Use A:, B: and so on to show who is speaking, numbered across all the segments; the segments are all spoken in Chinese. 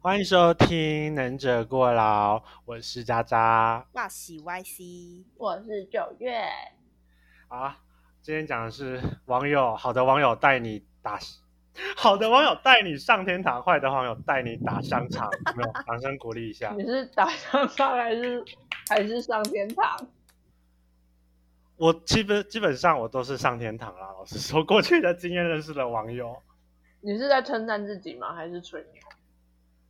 A: 欢迎收听《能者过劳》，我是渣渣。
B: 哇喜 YC，
C: 我是九月，
A: 啊，今天讲的是网友，好的网友带你打，好的网友带你上天堂，坏的网友带你打商场，有没有？掌声鼓励一 下。
C: 你是打上上还是还是上天堂？
A: 我基本基本上我都是上天堂啦，老实说，过去的经验认识的网友，
C: 你是在称赞自己吗？还是吹牛？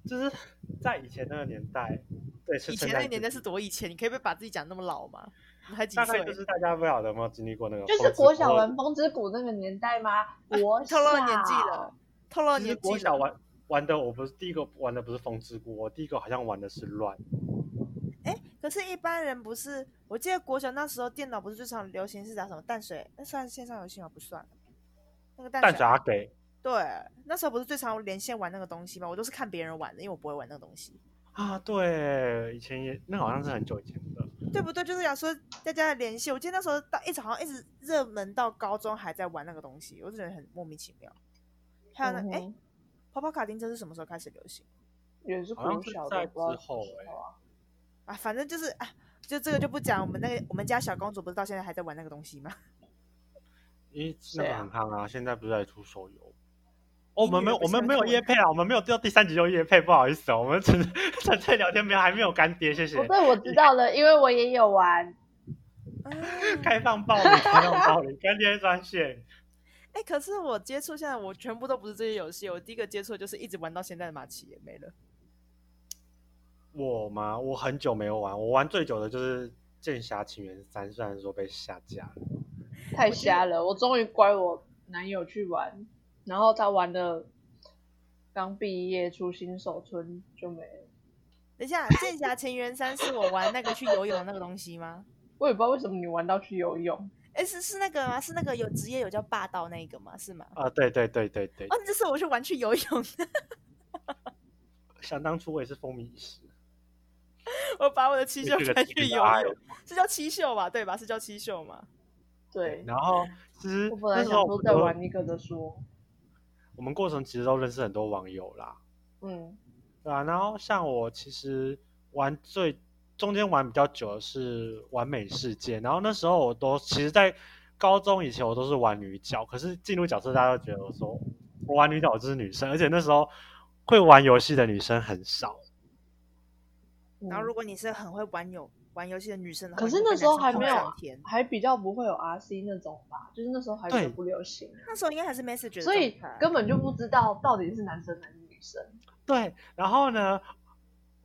A: 就是在以前那个年代，对，是
B: 以
A: 称
B: 前那
A: 赞
B: 个年
A: 自
B: 代
A: 己
B: 是多以前？你可以不可以把自己讲那么老吗？你才几
A: 大概
B: 岁？
A: 就是大家不晓得有没有经历过那个，
C: 就是国小玩风之谷那个年代吗？我
B: 透露年纪了，透露
A: 其实
B: 年
A: 国
B: 纪
A: 小
B: 了。
A: 玩玩的，我不是第一个玩的不是风之谷，我第一个好像玩的是乱。
B: 可是，一般人不是？我记得国小那时候电脑不是最常流行是打什么淡水？那算线上游戏吗？不算。那个淡
A: 淡水啊阿给
B: 对，那时候不是最常连线玩那个东西吗？我都是看别人玩的，因为我不会玩那个东西，
A: 啊，对，以前也那好像是很久以前的，
B: 对不对？就是想说大家连线，我记得那时候到一直好像一直热门到高中还在玩那个东西，我就觉得很莫名其妙。还有那哎、
C: 嗯哼
B: 跑跑卡丁车是什么时候开始流行
C: 也是
A: 好像
C: 国
A: 是
C: 小
A: 在
C: 的，
A: 之
C: 不知道
A: 后
C: 什么
A: 哎
C: 时候啊
B: 啊？反正就是啊，就这个就不讲。我们那个我们家小公主不是到现在还在玩那个东西 吗？
A: 因为那
C: 谁
A: 个
C: 啊
A: 很夯啊，现在不是在出手游。哦我们没有，
B: 音乐不
A: 我
B: 是
A: 们
B: 很
A: 没有
B: 多
A: 夜配啊，我们没有到第三集就夜配，不好意思哦，我们纯纯粹聊天，没有还没有干爹，谢
C: 哦
A: 谢。
C: 对，我知道了，因为我也有玩。
B: 啊，
A: 开放报名，开放报名，干爹专线。
B: 哎、可是我接触现在我全部都不是这些游戏，我第一个接触的就是一直玩到现在的马奇也没了。
A: 我嘛，我很久没有玩，我玩最久的就是《剑侠情缘三》，虽然说被下架了。
C: 太瞎了！我终于乖我男友去玩，然后他玩的刚毕业出新手村就没了。
B: 等一下，《剑侠情缘三》是我玩那个去游泳的那个东西吗？
C: 我也不知道为什么你玩到去游泳，
B: 哎、是是那个吗？是那个有职业有叫霸道那一个吗？是吗？
A: 啊，对对对对对，
B: 哦，这是我去玩去游泳的，
A: 想当初我也是风靡一时，
B: 我把我的七
A: 对
B: 秀
A: 这个
B: 搬
A: 是
B: 去
A: 你的
B: 游
A: 爱
B: 泳，是叫七秀吧？对吧？是叫七秀吗？
C: 对，
A: 然后其实
C: 我本
A: 那
C: 来
A: 时
C: 想
A: 候
C: 说
A: 们
C: 再
A: 都
C: 玩一个的说，
A: 我们过程其实都认识很多网友啦，
C: 嗯，
A: 对啊，然后像我其实玩最中间玩比较久的是完美世界，然后那时候我都其实，在高中以前我都是玩女角，可是进入角色大家都觉得我说我玩女角我就是女生，而且那时候会玩游戏的女生很少。
B: 然后
C: 嗯
B: 如果你是很会玩游玩游戏的女生的话，
C: 可是
B: 你会
C: 那
B: 跟
C: 时候
B: 男生
C: 还
B: 泡
C: 没有
B: 上天，
C: 还比较不会有 RC 那种吧，就是那时候还比
A: 对
C: 较不流行，
B: 那时候应该还是 message，的
C: 所以
B: 状态
C: 根本就不知道到底是男生还是女生。
A: 对，然后呢，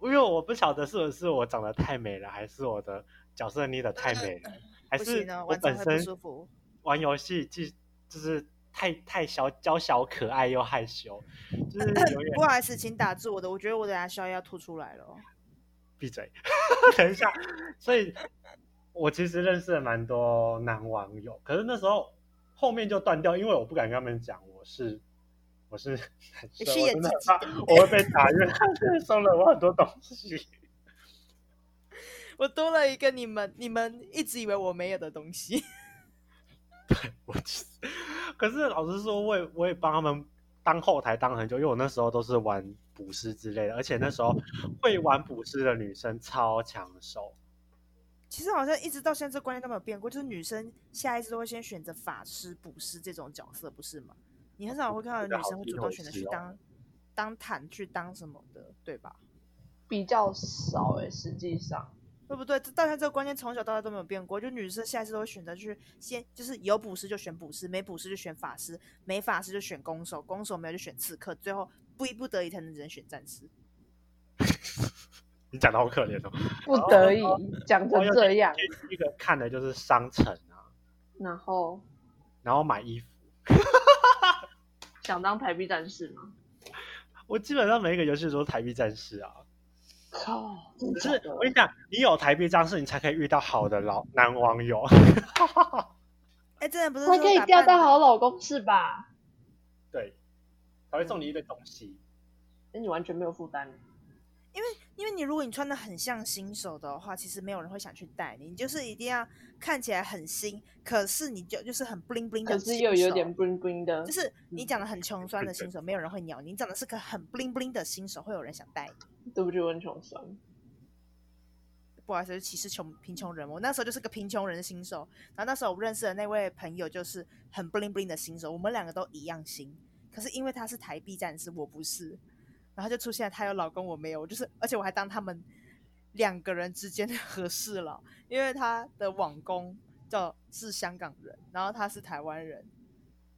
A: 因为我不晓得是不是我长得太美了，还是我的角色捏的太美了，还
B: 不
A: 是
B: 行哦
A: 我
B: 晚
A: 本
B: 上会不
A: 身
B: 舒服
A: 玩游戏既就是太太小娇小可爱又害羞，就是有点
B: 不好意思，请打住我的，我觉得我的牙消要吐出来了哦。
A: 闭嘴， 等一下，所以我其实认识了蛮多男网友，可是那时候后面就断掉，因为我不敢跟他们讲我是。我是 男生
B: 你是
A: 我
B: 演
A: 真的
B: 自
A: 很
B: 己
A: 怕我会被打，因为他真的收了我很多东西。
B: 我多了一个你们你们一直以为我没有的东西。
A: 我其实，可是老实说，我也我也帮他们当后台当很久，因为我那时候都是玩捕师之类的，而且那时 候会玩捕师的女生超抢手。
B: 其实好像一直到现在这观念都没有变过，就是女生下意识都会先选择法师、捕师这种角色，不是吗？你很少会看
A: 这个
B: 到女
A: 好
B: 生会
A: 低
B: 主
A: 头
B: 动选择
A: 吃
B: 去
A: 哦
B: 当、当坦去当什么的，对吧？
C: 比较少诶、实际上，
B: 对不对？这到现在这个观念从小到大都没有变过，就女生下意识都会选择去先就是有捕师就选捕师，没捕师就选法师，没法师就选攻手，攻手没有就选刺客，最后不不得已才能人选战士。
A: 你讲的好可 怜哦。
C: 不得已
A: 哦
C: 讲成
A: 我有
C: 这样，
A: 第一个看的就是商城啊，
C: 然后
A: 然后买衣服。
C: 想当台币战士吗？
A: 我基本上每一个游戏都是台币战士啊，
C: 靠，真
A: 可
C: 的假
A: 是
C: 的
A: 我跟你讲，你有台币战士，你才可以遇到好的老男网友。
B: 哎，真的不是
C: 才
B: 说
C: 可以
B: 打
C: 钓
B: 扮
C: 到
B: 的
C: 好老公是吧？
A: 对，才会送你一堆东西。
C: 那你完全没有负担，
B: 因为你如果你穿的很像新手的话，其实没有人会想去带你，你就是一定要看起来很新，可是你就就是很 bling bling 的
C: 可
B: 新
C: 是
B: 手，
C: 又有点嗯 bling bling 的，
B: 就是你讲的很穷酸的新
A: 对
B: 手，没有人会鸟你；你讲的是个很 bling bling 的新手，会有人想带你。
C: 对不起，我很穷酸。
B: 不好意思，就歧视穷贫穷人。我那时候就是个贫穷人的新手，然后那时候我认识的那位朋友就是很 bling bling 的新手，我们两个都一样新，可是因为他是台币战士，我不是，然后就出现了他有老公我没有，我就是而且我还当他们两个人之间的和事佬，因为他的网工叫是香港人，然后他是台湾人。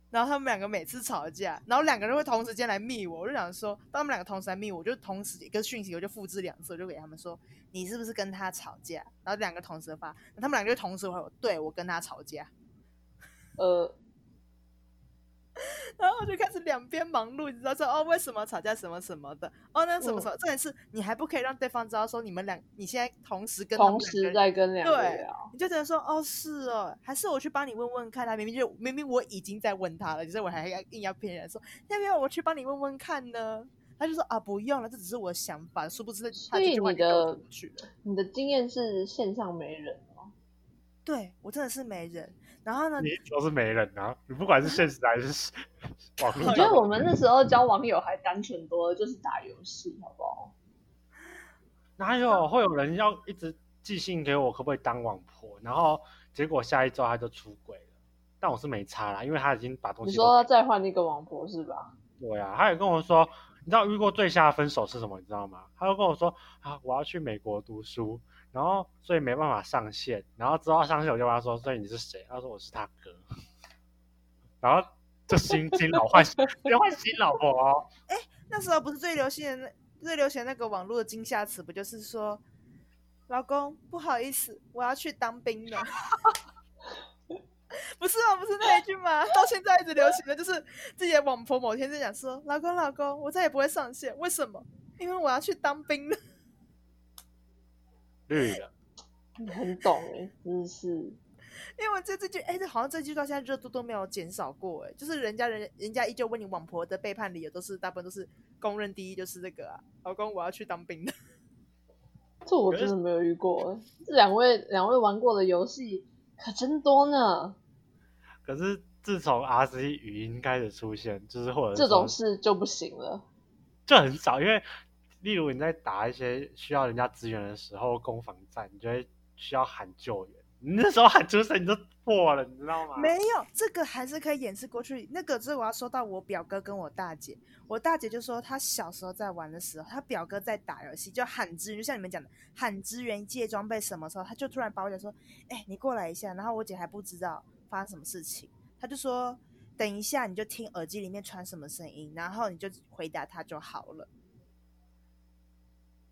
B: 然后他们两个每次吵架，然后两个人会同时间来密我，我就想说，当他们两个同时来密我，我就同时一个讯息，我就复制两次，我就给他们说，你是不是跟他吵架？然后两个同时发，他们两个就同时回我，对我跟他吵架，
C: 呃，
B: 然后我就开始两边忙碌，你知道说哦为什么吵架什么什么的，哦那什么
C: 嗯
B: 什么，重点是你还不可以让对方知道说你们两你现在同时跟他们两
C: 同
B: 个
C: 时
B: 人
C: 在跟两个
B: 对
C: 聊，
B: 你就只能说哦是哦，还是我去帮你问问看啊？明明就明明我已经在问他了，就是我还要硬要骗人说要不要我去帮你问问看呢？他就说啊不用了，这只是我想法，殊不知他
C: 所以
B: 这句话
C: 你
B: 就给我
C: 的
B: 吐出去了。
C: 你的经验是线上没人哦，
B: 对我真的是没人，然后呢
A: 你，都是没人啊！你不管是现实还是 网络上，
C: 我觉得我们那时候交网友还单纯多了，就是打游戏，好不好？
A: 哪有会有人要一直寄信给我，可不可以当网婆？然后结果下一周他就出轨了，但我是没差啦，因为他已经把东
C: 你
A: 西
C: 说
A: 都
C: 再换一个网婆是吧？
A: 对啊，他也跟我说，你知道遇过最下的分手是什么？你知道吗？他就跟我说啊，我要去美国读书，然后所以没办法上线，然后之后上线我就问他说，所以你是谁？他说我是他哥， 然后就新新老换新，别换新老婆哦。
B: 那时候不是最流行的那最流行的那个网络的惊吓词，不就是说，老公不好意思，我要去当兵了。 不是吗？不是那一句吗？到现在一直流行的就是自己的网婆某天就讲说：“老公，老公，我再也不会上线，为什么？因为我要去当兵了。
A: 绿的，
C: 很懂哎、真是。
B: 因为我这这句，哎、这好像这句到现在热度都没有减少过、哎，就是人家人人家依旧问你网婆的背叛理由，都是大部分都是公认第一就是这个啊，老公我要去当兵了。
C: 这我
A: 可
C: 真
A: 是
C: 的没有遇过。欸这两位两位玩过的游戏可真多呢。
A: 可是自从 R C E 语音开始出现，就是或者是
C: 这
A: 说
C: 种事就不行了。
A: 就很少，因为例如你在打一些需要人家支援的时候，攻防战，你就会需要喊救援。你那时候喊出声，你就破了，你知道吗？
B: 没有，这个还是可以掩饰过去。那个，这我要说到我表哥跟我大姐，我大姐就说她小时候在玩的时候，她表哥在打游戏，就喊支援，就像你们讲的喊支援借装备什么时候，她就突然把我姐说：“哎、你过来一下。”然后我姐还不知道发生什么事情，她就说：“等一下，你就听耳机里面传什么声音，然后你就回答她就好了。”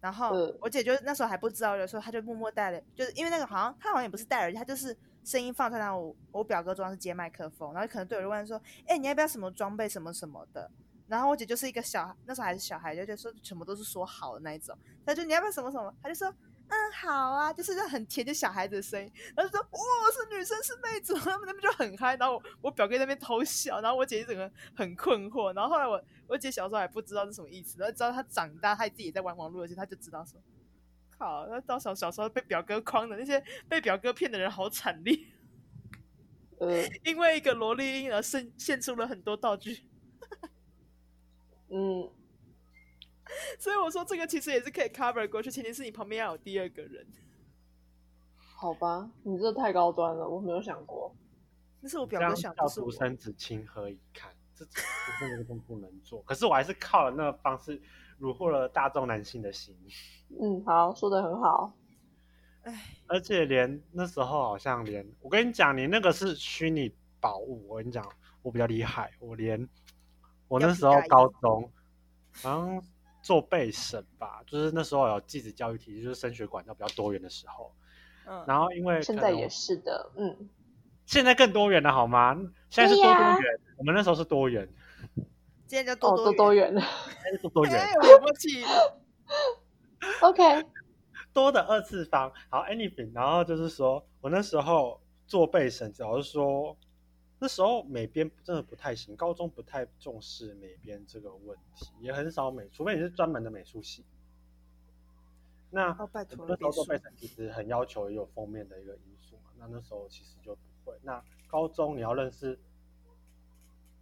B: 然后
C: 嗯
B: 我姐就那时候还不知道，有时候她就默默戴了，就是因为那个好像她好像也不是戴耳机，她就是声音放出来。然后我我表哥装的是接麦克风，然后可能对我就问说：“哎、你要不要什么装备什么什么的？”然后我姐就是一个小孩，那时候还是小孩，就觉得说什么都是说好的那一种。她就你要不要什么什么，她就说嗯好啊，就是那很甜的小孩子的声音。然后就说哇、是女生是妹子，他们那边就很嗨。然后我我表哥在那边偷笑，然后我姐就整个很困惑。然后后来我我姐小时候还不知道是什么意思，然后直到她长大，她自己也在玩网络游戏，她就知道说。靠！那到时候小时候被表哥诓的那些被表哥骗的人好惨烈，
C: 呃，
B: 因为一个萝莉音而献献出了很多道具。
C: 嗯，
B: 所以我说这个其实也是可以 cover 过去，前提是你旁边要有第二个人。
C: 好吧，你这太高端了，我没有想过。
B: 那是我
A: 这
B: 表
A: 样
B: 哥想，不
A: 叫
B: 是我
A: 独。生子情何以堪？这这这个都不能做。可是我还是靠了那个方式虏获了大众男性的心，
C: 嗯，好，说的很好。
B: 哎，
A: 而且连那时候好像连我跟你讲，你那个是虚拟宝物。我跟你讲，我比较厉害，我连我那时候
B: 要比大一
A: 高中好像做备审吧，就是那时候有继子教育体系，就是升学管道比较多元的时候。
B: 嗯，
A: 然后因为
C: 现
A: 可
C: 在
A: 能
C: 也是的，嗯，
A: 现在更多元了，好吗？现在是多多
C: 对呀
A: 元，我们那时候是多元，
B: 今天叫多
C: 哦，
B: 多
C: 都多
B: 元
C: 元了。
A: 现在是多元
B: 哎，我有默契。
C: OK，
A: 多的二次方。好，anything，然后就是说我那时候做背审，主要是说那时候美编真的不太行，高中不太重视美编这个问题，也很少美，除非你是专门的美术系。那
B: 哦拜
A: 我
B: 托
A: 们那
B: 了
A: 时候做
B: 别
A: 备
B: 说
A: 审其实很要求也有封面的一个因素嘛，那那时候其实就不会。那高中你要认识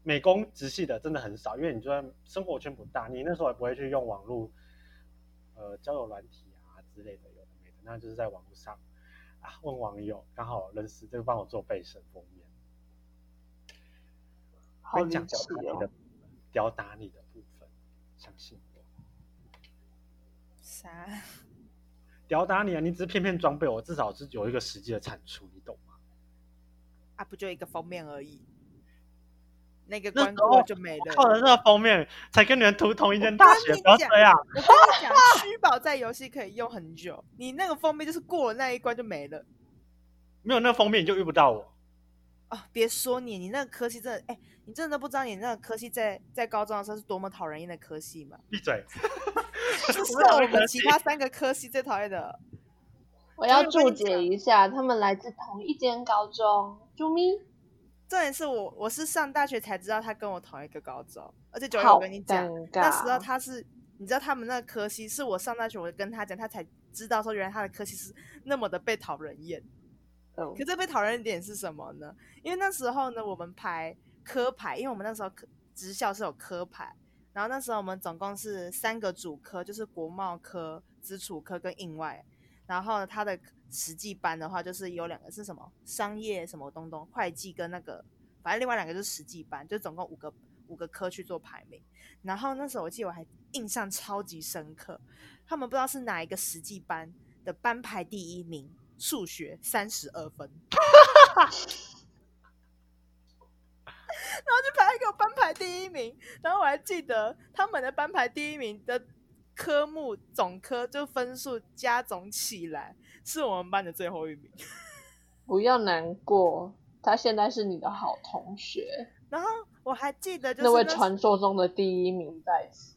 A: 美工直系的真的很少，因为你就算生活圈不大，你那时候也不会去用网络，呃，交友软体啊之类的，有的没的，那就是在网络上啊问网友，刚好认识就帮我做备审封面。
C: 好
A: 跟你
C: 离
A: 讲
C: 奇
A: 吊打你的
C: 哦！
A: 部分，吊打你的部分，相信我。
B: 啥？
A: 吊打你啊！你只是骗骗装备，我至少是有一个实际的产出，你懂吗？
B: 啊，不就一个封面而已，那个
A: 那
B: 关
A: 时候
B: 过就没
A: 我
B: 了。
A: 靠着这个封面才跟你们图同一间大学，
B: 我跟你
A: 不要这样。
B: 我跟你讲，虚宝在游戏可以用很久，你那个封面就是过了那一关就没了。
A: 没有那个封面你就遇不到我。
B: 啊！别说你，你那个科系真的，哎、你真的不知道你那个科系在在高中的时候是多么讨人厌的科 系吗？
A: 闭嘴！
B: 就是
A: 我哪会
B: 我
A: 科
B: 们
A: 系
B: 其他三个科系最讨厌的。
C: 我要
B: 就是
C: 注
B: 跟你
C: 解
B: 讲
C: 一下，他们来自同一间高中。啾咪，
B: 重点是我，我是上大学才知道他跟我同一个高中，而且九月
C: 好
B: 我跟你讲，
C: 尴
B: 那时候
C: 尬。啊
B: 他是，你知道他们那个科系是我上大学，我跟他讲，他才知道说原来他的科系是那么的被讨人厌。
C: 嗯
B: 可这被讨论的点是什么呢？因为那时候呢，我们排科排，因为我们那时候科职校是有科排，然后那时候我们总共是三个主科，就是国贸科、资储科跟印外。然后呢，它的实际班的话，就是有两个是什么商业什么东东，会计跟那个，反正另外两个就是实际班，就总共五个五个科去做排名。然后那时候我记得我还印象超级深刻，他们不知道是哪一个实际班的班排第一名，数学三十二分，然后就排给我班排第一名，然后我还记得他们的班排第一名的科目总科就分数加总起来是我们班的最后一名。
C: 不要难过，他现在是你的好同学，
B: 然后我还记得就是
C: 那位
B: 时
C: 传说中的第一名在此。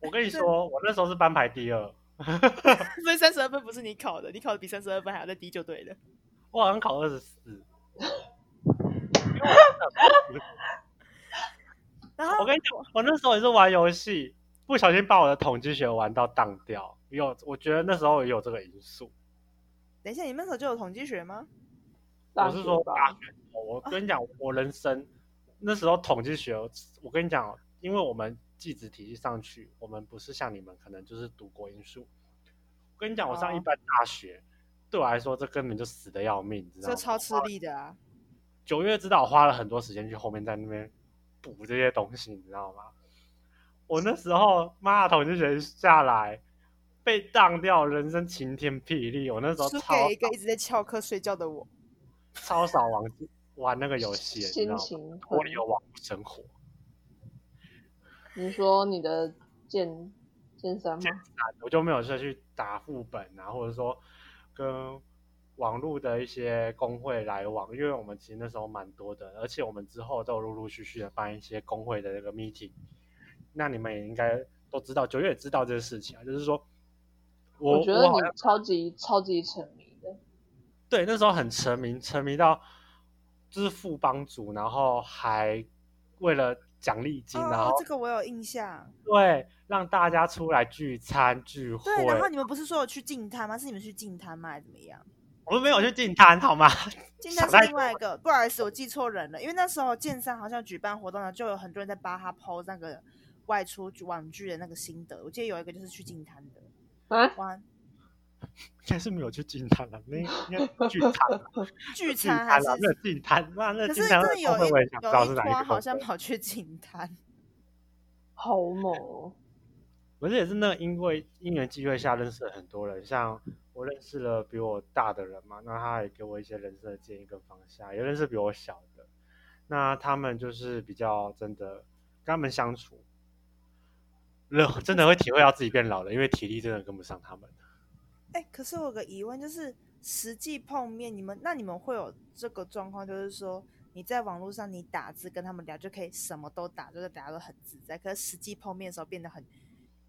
A: 我跟你说，我那时候是班排第二，
B: 所以三十二分不是你考的，你考的比三十二分还要再低就对了。
A: 我好像考二十四。
B: 然后
A: 我跟你讲，我那时候也是玩游戏，不小心把我的统计学玩到荡掉。有，我觉得那时候也有这个因素。
B: 等一下，你们那时候就有统计学吗？
A: 我
C: 大
A: 是
C: 学
A: 说
C: 吧
A: 大学的时候，我跟你讲，我人生那时候统计学，我跟你讲哦，因为我们技职体系上去，我们不是像你们可能就是读国英数。我跟你讲，我上一
C: 哦
A: 般大学，对我来说这根本就死的要命，你知道
B: 就
A: 吗？
B: 超吃力的啊！
A: 九月知道我花了很多时间去后面在那边补这些东西，你知道吗？我那时候妈的统计学下来被当掉，人生晴天霹雳。我那时候
B: 输
A: 超
B: 给一个一直在翘课睡觉的我。
A: 超少玩玩那个游戏，你知道
C: 心
A: 吗？
C: 情很
A: 脱离了网络生活。
C: 你说你的剑剑三吗？
A: 我就没有再去打副本啊，或者说跟网络的一些工会来往，因为我们其实那时候蛮多的，而且我们之后都有陆陆续续的办一些工会的那个 meeting。那你们也应该都知道，九月也知道这个事情啊，就是说我
C: 觉得
A: 好
C: 你
A: 像
C: 超级超级沉迷的，
A: 对那时候很沉迷，沉迷到就是副帮主，然后还为了奖励金，然
B: 哦
A: 后，
B: 这个我有印象。
A: 对让大家出来聚餐聚会，
B: 对，然后你们不是说有去进摊吗？是你们去进摊吗？还是怎么样？
A: 我们没有去进摊好吗？
B: 进
A: 傻
B: 摊是
A: 蛋
B: 另外一个，不好意思，我记错人了。因为那时候建商好像举办活动呢，就有很多人在巴哈 PO 那个外出玩具的那个心得。我记得有一个就是去进摊的，
C: 啊，
B: 玩
A: 应该是没有去进摊了，那应该聚餐了，
B: 聚
A: 聚
B: 餐
A: 摊
B: 还是
A: 了，没有进摊。那那
B: 可
A: 进
B: 是
A: 摊
B: 真
A: 的
B: 的有
A: 工会
B: 一
A: 我也想知道
B: 有
A: 是
B: 一
A: 哪一个
B: 团好
A: 工
B: 像
A: 会。
B: 跑去进摊，
C: 好猛哦！
A: 我这也是那个因为因缘机会下认识了很多人，像我认识了比我大的人嘛，那他也给我一些人生的建议跟方向，也认识比我小的，那他们就是比较真的跟他们相处，老真的会体会到自己变老了，因为体力真的跟不上他们。
B: 哎，可是我有个疑问，就是实际碰面，你们那你们会有这个状况，就是说你在网络上你打字跟他们聊就可以什么都打，就是大家都很自在，可是实际碰面的时候变得很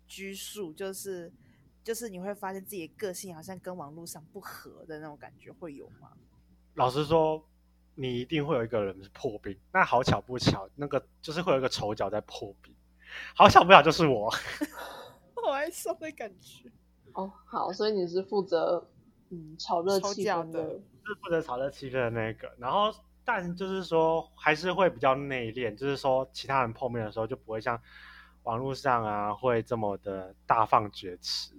B: 拘束，就是就是你会发现自己的个性好像跟网络上不合的那种感觉，会有吗？
A: 老实说，你一定会有一个人是破冰。那好巧不巧，那个就是会有一个丑 角在破冰。好巧不巧就是我，
B: 好哀伤的感觉。
C: 哦，好，所以你是负责嗯炒热
B: 抽
C: 气
B: 奖
C: 氛
B: 的
C: 的，
A: 是负责炒热气氛的那个。然后，但就是说还是会比较内敛，就是说其他人碰面的时候就不会像网络上啊会这么的大放厥词，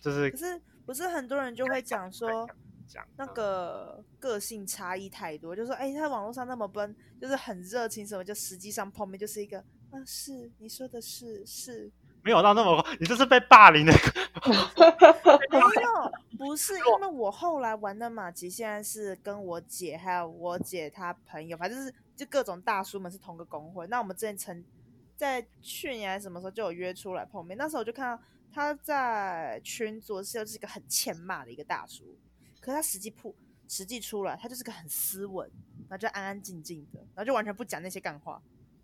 A: 就是
B: 可是不是很多人就会讲说
A: 讲
B: 那个个性差异太多，就说哎、他网络上那么奔，就是很热情什么，就实际上碰面就是一个啊，是你说的是是，
A: 没有到那么，你这是被霸凌的。
B: 没有，不是，因为我后来玩的马吉现在是跟我姐还有我姐她朋友，反正就是就各种大叔们是同个工会。那我们之前曾在去年还是什么时候就有约出来碰面，那时候我就看到他在群组是就是一个很欠骂的一个大叔，可是他实际铺实际出来，他就是个很斯文，然后就安安静静的，然后就完全不讲那些干话，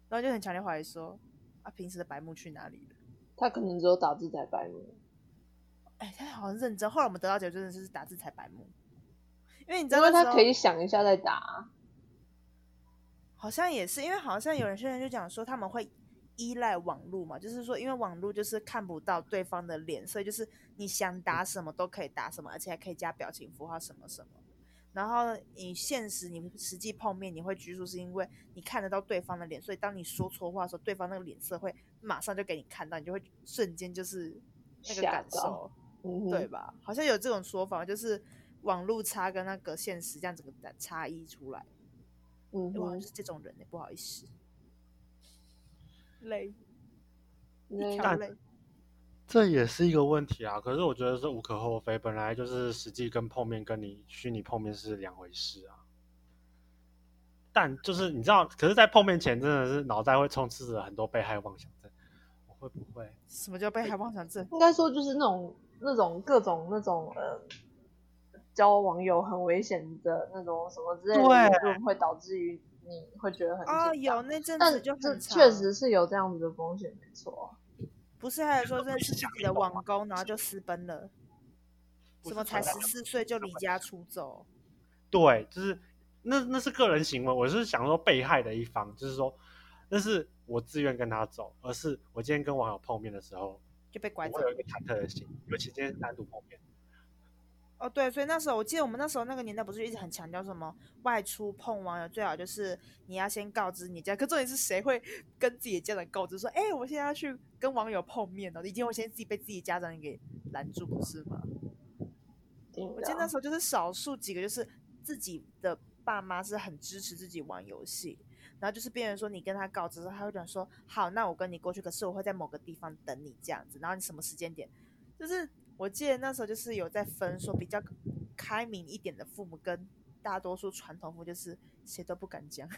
B: 然后就很强烈怀疑说啊，平时的白目去哪里了？
C: 他可能只有打字才白目。
B: 哎，他好像认真。后来我们得到结论就是打字才白目，因为你知
C: 因
B: 道
C: 为
B: 那时
C: 他
B: 候
C: 可以想一下再打啊，
B: 好像也是，因为好像有些人就讲说他们会依赖网络嘛，就是说因为网络就是看不到对方的脸，所以就是你想打什么都可以打什么，而且还可以加表情符号什么什么。然后你现实你实际碰面你会拘束，是因为你看得到对方的脸，所以当你说错话的时候，对方那个脸色会马上就给你看到，你就会瞬间就是那个
C: 吓
B: 感
C: 到
B: 受。
C: 嗯哼，
B: 对吧？好像有这种说法，就是网络差跟那个现实这样子的差异出来。
C: 嗯
B: 我好像
C: 哼
B: 是，这种人呢、不好意思，累，一
C: 那
B: 条累。
A: 这也是一个问题啊，可是我觉得是无可厚非，本来就是实际跟碰面跟你虚拟碰面是两回事啊。但就是你知道，可是，在碰面前真的是脑袋会充斥着很多被害妄想症，我会不会？
B: 什么叫被害妄想症？
C: 应该说就是那种那种各种那种呃，交网友很危险的那种什么之类的
A: 对
C: 言论，会导致于你会觉得很
B: 哦，
C: 紧张
B: 有那阵子
C: 啊但
B: 就
C: 这
B: 很长，
C: 确实是有这样子的风险，没错。
B: 不是还有说认识自己的网工，然后就私奔了，
A: 不
B: 什
A: 是
B: 么才
A: 传
B: 十
A: 染
B: 四岁就离家出走，
A: 对，就是那那是个人行为，我是想说被害的一方，就是说那是我自愿跟他走，而是我今天跟网友碰面的时候，
B: 就被
A: 我
B: 拐走
A: 会有一个忐忑的心，尤其今天是单独碰面，
B: 哦，对，所以那时候我记得我们那时候那个年代不是一直很强调什么外出碰网友最好就是你要先告知你家，可重点是谁会跟自己的家长告知说，哎、我现在要去跟网友碰面哦了，一定会先自己被自己家长给拦住，不是吗？我
C: 我
B: 记得那时候就是少数几个就是自己的爸妈是很支持自己玩游戏，然后就是别人说你跟他告知之后，他会讲说好，那我跟你过去，可是我会在某个地方等你这样子，然后你什么时间点？就是我记得那时候就是有在分说比较开明一点的父母跟大多数传统父母就是谁都不敢讲，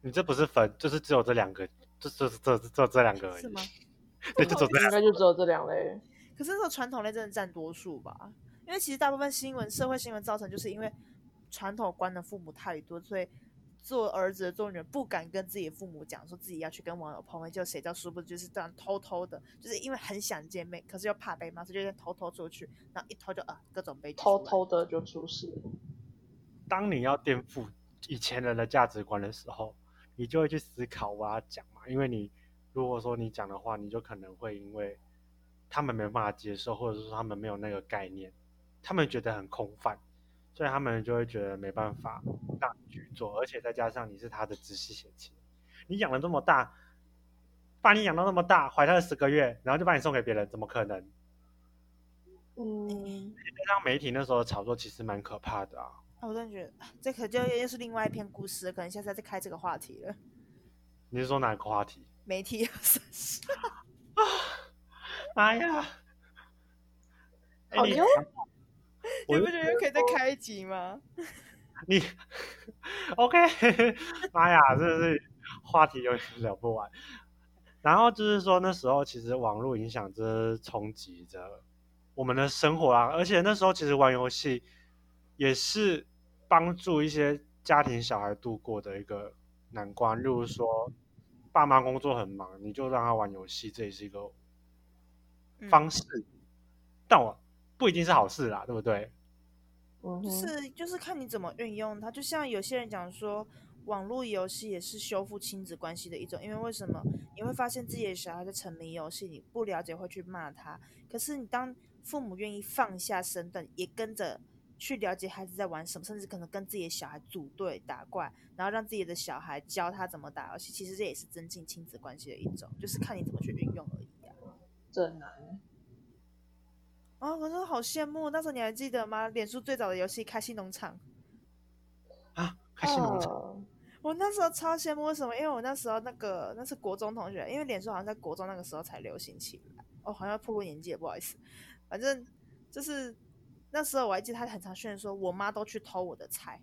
A: 你这不是粉，就是只有这两个，就就这这这这两个而已
B: 是吗？
A: 对，就只有 这
C: 应该就只有这两类。
B: 可是那种传统类真的占多数吧？因为其实大部分新闻、社会新闻造成，就是因为传统观的父母太多，所以做儿子的、做女儿不敢跟自己的父母讲说自己要去跟网友碰面，就谁知道殊不知就是这样偷偷的，就是因为很想见面，可是又怕被骂，所以就偷偷出去，然后一偷就啊各种被
C: 偷偷的就出事了。
A: 当你要颠覆以前人的价值观的时候，你就会去思考我要讲嘛，因为你如果说你讲的话，你就可能会因为他们没办法接受，或者是说他们没有那个概念，他们觉得很空泛，所以他们就会觉得没办法让你去做，而且再加上你是他的直系血亲，你养了这么大，把你养到那么大，怀他十个月，然后就把你送给别人，怎么可能？
C: 嗯，
A: 再加上媒体那时候的炒作其实蛮可怕的啊。
B: 啊我真的觉得啊这可就又是另外一篇故事了，可能下次再开这个话题了。
A: 你是说哪个话题？
B: 媒体
A: 哎呀，哎
C: 好
A: 你
C: 哟
B: 你
A: 我
B: 不
A: 就
B: 觉得可以再开一集吗？
A: 你 OK，妈呀，真的是话题有点 聊不完。然后就是说，那时候其实网络影响真的是冲击着我们的生活啊，而且那时候其实玩游戏也是帮助一些家庭小孩度过的一个难关。例如说，爸妈工作很忙，你就让他玩游戏，这也是一个
B: 嗯
A: 方式，但我不一定是好事啦，对不对？
B: 就
C: 嗯哼，
B: 是就是看你怎么运用它。就像有些人讲说，网络游戏也是修复亲子关系的一种，因为为什么你会发现自己的小孩在沉迷游戏，你不了解会去骂他，可是你当父母愿意放下身段，也跟着去了解孩子在玩什么，甚至可能跟自己的小孩组队打怪，然后让自己的小孩教他怎么打游戏，其实这也是增进亲子关系的一种，就是看你怎么去运用而已啊。
C: 真难。
B: 啊、可是好羡慕，那时候你还记得吗？脸书最早的游戏《开心农场》。
A: 啊，开心农场，
C: 哦
B: 我那时候超羡慕，为什么？因为我那时候那个那是国中同学，因为脸书好像在国中那个时候才流行起来。哦，好像破入年纪了，不好意思。反正就是那时候我还记得他很常炫说，我妈都去偷我的菜，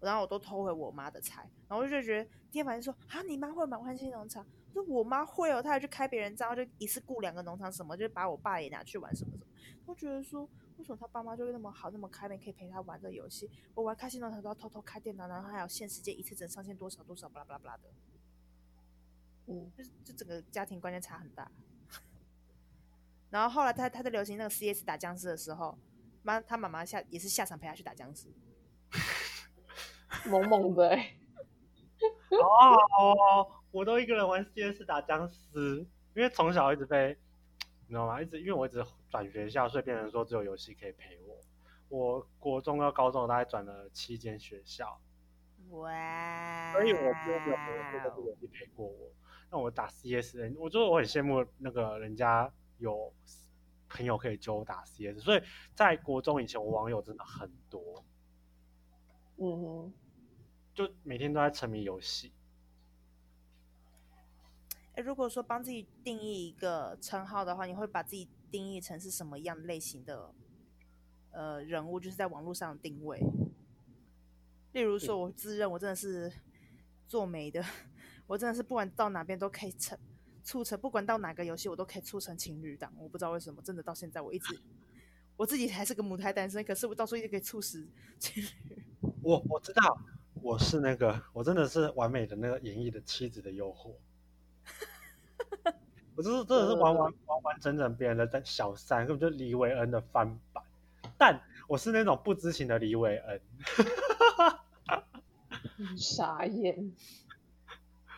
B: 然后我都偷回我妈的菜，然后我就觉得第一反应说啊，你妈会买欢欣农场？我说我妈会哦，她还去开别人账号，就一次雇两个农场什么，就把我爸也拿去玩什么什么。我觉得说，为什么他爸妈就会那么好，那么开明，可以陪他玩这游戏？我玩开心农场都要偷偷开电脑，然后还有限时间一次只能上线多少多少，巴拉巴拉巴拉的，
C: 嗯，
B: 就是就整个家庭观念差很大。 然后后来他他在流行那个 CS 打僵尸的时候，妈他妈妈下也是下场陪他去打僵尸。
C: 萌萌的、欸，
A: 好好哦，我都一个人玩 CS 打僵尸，因为从小一直被，你知道吗？一直因为我一直转学校，所以变成说只有游戏可以陪我。我国中到高中我大概转了七间学校，
B: 哇！
A: 所以我只有有这
B: 啊
A: 个游戏陪过我。那我打 CS，人我觉得我很羡慕那个人家有朋友可以揪我打 CS，所以在国中以前我网友真的很多，
C: 嗯哼，
A: 就每天都在沉迷游戏。
B: 诶如果说帮自己定义一个称号的话，你会把自己定义成是什么样类型的呃人物？就是在网络上的定位。例如说，我自认我真的是做媒的，我真的是不管到哪边都可以成促成，不管到哪个游戏我都可以促成情侣档。我不知道为什么，真的到现在我一直我自己还是个母胎单身，可是我到处一直可以促使情侣。
A: 我我知道，我是那个，我真的是完美的那个演绎的妻子的诱惑。我就是真的是完
B: 呃
A: 完完完整整别人的在小三，根本就黎维恩的翻版。但我是那种不知情的黎维恩，
B: 嗯
C: 傻眼，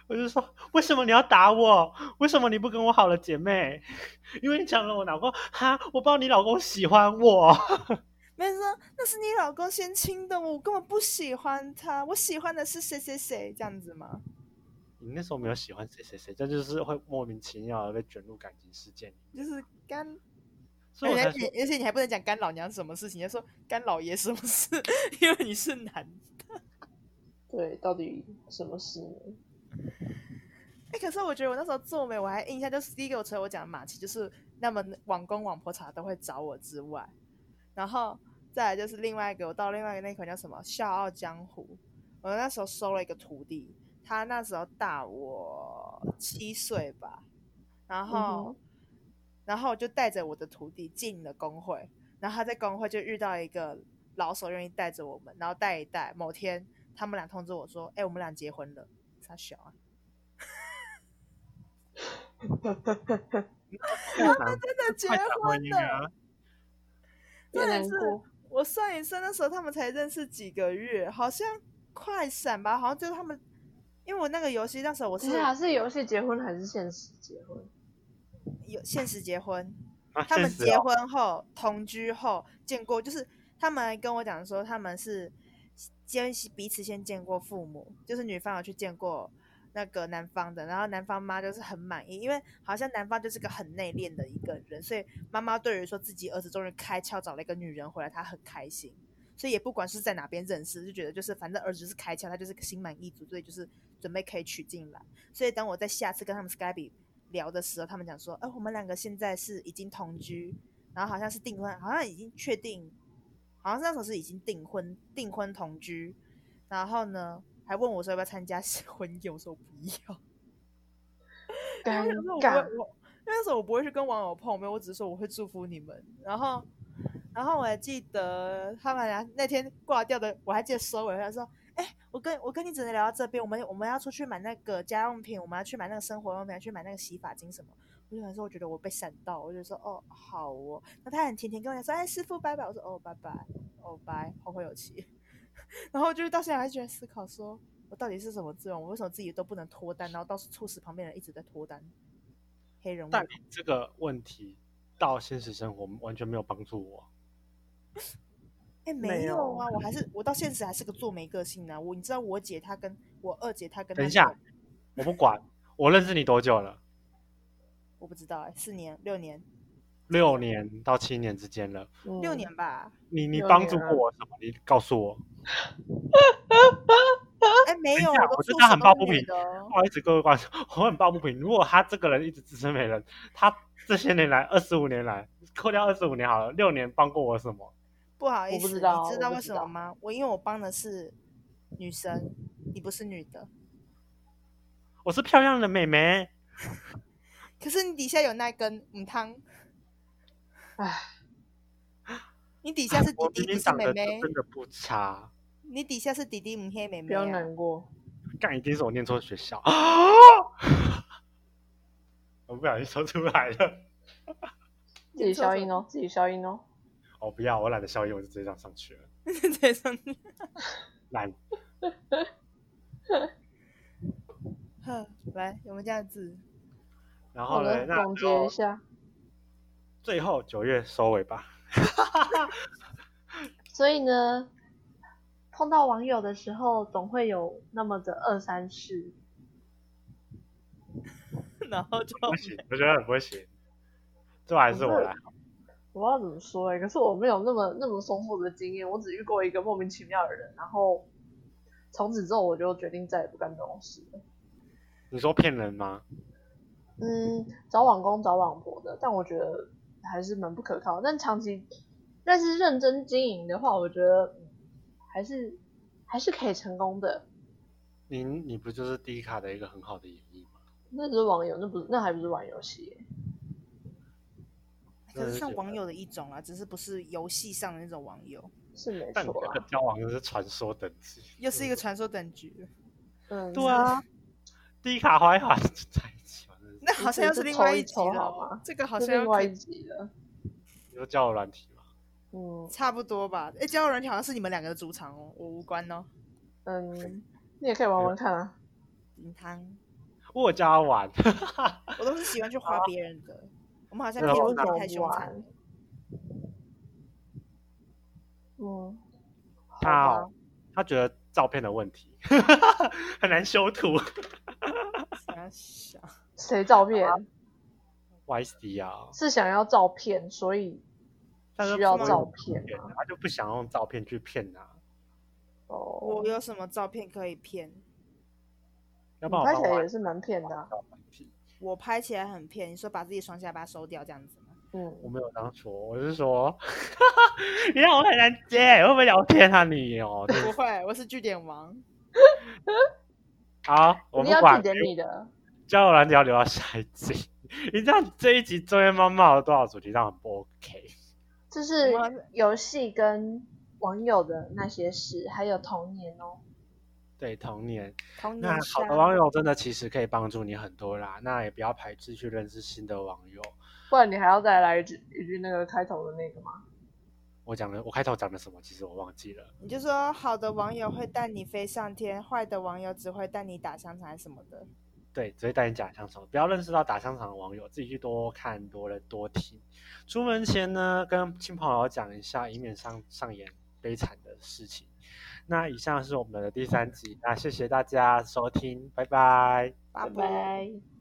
A: 我就说为什么你要打我？为什么你不跟我好了，姐妹？因为你抢了我老公哈，我不知道你老公喜欢我。
B: 没人说那是你老公先亲的，我根本不喜欢他，我喜欢的是谁谁谁这样子吗？
A: 你那时候没有喜欢谁谁谁，这就是会莫名其妙的被卷入感情事件里。
B: 就是干，
A: 所以
B: 哎而
A: 我
B: 且
A: 才
B: 你而且你还不能讲干老娘什么事情，要说干老爷什么事， 因为你是男的。
C: 对，到底什么事呢？
B: 哎、可是我觉得我那时候做媒，我还印象就是第一个，我除了我讲的马奇，就是那么网公网婆茶都会找我之外，然后再来就是另外一个，我到另外一个那款叫什么《笑傲江湖》，我那时候收了一个徒弟，他那时候大我七岁吧，然后、
C: 嗯哼
B: 然后我就带着我的徒弟进了工会，然后他在工会就遇到一个老手愿意带着我们，然后带一带，某天他们俩通知我说，哎、我们俩结婚了，傻小啊。 真的结
A: 快谈婚
B: 婚
A: 姻
B: 了。
A: 啊！
C: 别
B: 真的
C: 难
B: 是
C: 过，
B: 我算一算，那时候他们才认识几个月，好像快闪吧，好像就是他们，因为我那个游戏那时候我是
C: 是啊，是游戏结婚还是现实结婚？
B: 有限时结婚，
A: 啊
B: 他们
A: 现实
B: 结
A: 哦
B: 婚后、同居后见过，就是他们还跟我讲说，他们是先彼此先见过父母，就是女方有去见过那个男方的，然后男方妈就是很满意，因为好像男方就是个很内敛的一个人，所以妈妈对于说自己儿子终于开窍找了一个女人回来，她很开心。所以也不管是在哪边认识，就觉得就是反正儿子就是开窍，他就是个心满意足，所以就是准备可以娶进来。所以当我在下次跟他们 Skype 聊的时候，他们讲说，哎、我们两个现在是已经同居，然后好像是订婚，好像已经确定，好像是那时候是已经订婚，订婚同居。然后呢，还问我说要不要参加 婚宴，我说我不要。
C: 尴
B: 因为我想说我
C: 尬
B: 不会，我因为那时候我不会去跟网友碰面，我只是说我会祝福你们。然后，然后我还记得他们俩那天挂掉的，我还记得收尾，他说：“哎、我跟我跟你只能聊到这边，我们我们要出去买那个家用品，我们要去买那个生活用品，要去买那个洗发精什么。”我就想说，我觉得我被闪到，我就说：“哦，好哦。”那他很甜甜跟我讲说：“哎，师傅拜拜。”我 说：“哦，拜拜，哦拜，后会有期。”然后就是到现在还觉得思考说，我到底是什么阵容？我为什么自己都不能脱单，然后到处促使旁边人一直在脱单？黑人问
A: 但你这个问题到现实生活完全没有帮助我。
B: 哎、
C: 没
B: 没
C: 有
B: 有啊，我还是我到现实还是个做媒个性的啊、我你知道我姐她跟我二姐她跟她
A: 等一下
B: 姐，
A: 我不管，我认识你多久了？
B: 我不知道哎、四年六年
A: 六年到七年之间了。
C: 嗯
B: 六年吧？
A: 你你
C: 六
A: 帮助
C: 年
A: 过我什么？你告诉我。
B: 哎、没
A: 等
B: 有，
A: 一下
B: 都
A: 我真
B: 做
A: 的
B: 什
A: 很
B: 么
A: 抱
B: 都
A: 不
B: 没
A: 平
B: 的哦
A: 不好意思，各位观众，我很抱不平。如果他这个人一直自称没人，他这些年来二十五年来，扣掉二十五年好了，六年帮过我什么？
B: 不好意
C: 我不
B: 思，
C: 知道
B: 你知
C: 我
B: 道
C: 不
B: 为
C: 知
B: 什么
C: 道
B: 吗？我因为我帮的是女生，你不是女的，
A: 我是漂亮的妹妹，
B: 可是你底下有那根母汤，
C: 唉，
B: 你底下是弟
A: 我明
B: 弟不
A: 明
B: 是
A: 长
B: 妹
A: 得
B: 妹，
A: 真的不差，
B: 你底下是弟弟母黑妹
C: 不
B: 妹、
C: 要
B: 啊。
C: 难过，
A: 干一定是我念错学校。 我不小心说出来了，
C: 自己消音哦，自己消音哦。
A: 我、不要，我懒得消音，我就直接这样上去了，
B: 对上面
A: 懒。
B: 呵来，我们这样子，
A: 然
C: 好
A: 后呢
C: 了，，
A: 那
C: 总
A: 就
C: 结一下，
A: 最后九月收尾吧。
C: 所以呢，碰到网友的时候，总会有那么的二三事。
B: 然后就
A: 不行，我觉得很不行，这还是我来。
C: 我不知道怎么说哎、可是我没有那么那么丰富的经验，我只遇过一个莫名其妙的人，然后从此之后我就决定再也不干这种事了。
A: 你说骗人吗？
C: 嗯，找网工找网婆的，但我觉得还是蛮不可靠。但长期，但是认真经营的话，我觉得嗯还是还是可以成功的。
A: 你你不就是低卡的一个很好的演绎吗？
C: 那只是网友，那不是那还不是玩游戏耶、
A: 真
B: 可
A: 的
B: 是
A: 是
B: 算
A: 觉
B: 网
A: 得
B: 友的一种啊啦，只是不是游戏上的那种网友，
C: 是没
A: 但你
C: 错啊
A: 这个
C: 啦。
A: 交往就是传说等级，
B: 又是一个传说等级。
C: 嗯，
A: 对啊，低卡滑一滑就在一起嘛，真的是
B: 那好像又是另外集
C: 这是
B: 了
C: 抽好吗
B: 哦，这个好
C: 是
B: 像
C: 另
B: 又
C: 外
B: 可
C: 一
B: 以
C: 集了。
A: 你说交友软体嘛？
C: 嗯
B: 差不多吧。哎，交友软件好像是你们两个的主场哦，我无关哦。
C: 嗯，你也可以玩玩看啊。
B: 银汤，
A: 我有教他玩，
B: 我都是喜欢去划别人的。我们好像
A: 啊那
B: 偏
A: 我
B: 不
C: 那我
B: 太
C: 不
B: 凶残
C: 玩
B: 了。
C: 嗯，
A: 他
C: 好吧
A: 哦，他觉得照片的问题 很难修图
B: 想想，
C: 谁照片？
B: 啊
A: ，Y C 啊，
C: 是想要照片，所以
A: 但是
C: 需要
A: 不能
C: 照
A: 用
C: 片
A: 骗
C: 啊。
A: 他就不想用照片去骗啊，
C: 哦
B: 我，
A: 哦
B: 有什么照片可以骗？
A: 要不然
C: 你
A: 我
C: 拍
A: 帮我
C: 起来
A: 玩
C: 也是蛮骗的啊、
A: 交友软体。
B: 我拍起来很骗，你说把自己双下巴收掉这样子吗？
A: 我
C: 嗯，
A: 没有这样说，我是说， 你让我很难接，会不会聊天啊你哦？真
B: 不
A: 的
B: 会，我是据点王。
A: 好，我
C: 你
A: 不
C: 要
A: 管
C: 记，点你的。
A: 交友软体要留到下一集。你知道这一集中间猫骂了多少主题，让很不 OK。
C: 就是
B: 我们
C: 游戏跟网友的那些事，还有童年哦。
A: 对童年，
B: 童
A: 那
B: 年
A: 好的
B: 杀
A: 网友真的其实可以帮助你很多啦。那也不要排斥去认识新的网友。
C: 不然你还要再来一句一句那个开头的那个吗？
A: 我讲的，我开头讲的什么，其实我忘记了。
B: 你就说好的网友会带你飞上天，坏的网友只会带你打香肠什么的。
A: 对，只会带你假香肠，不要认识到打香肠的网友，自己去多看、多人、多听。出门前呢，跟亲朋好友讲一下，以免上上演悲惨的事情。那以上是我们的第三集，那谢谢大家收听，拜拜。
B: 拜
C: 拜。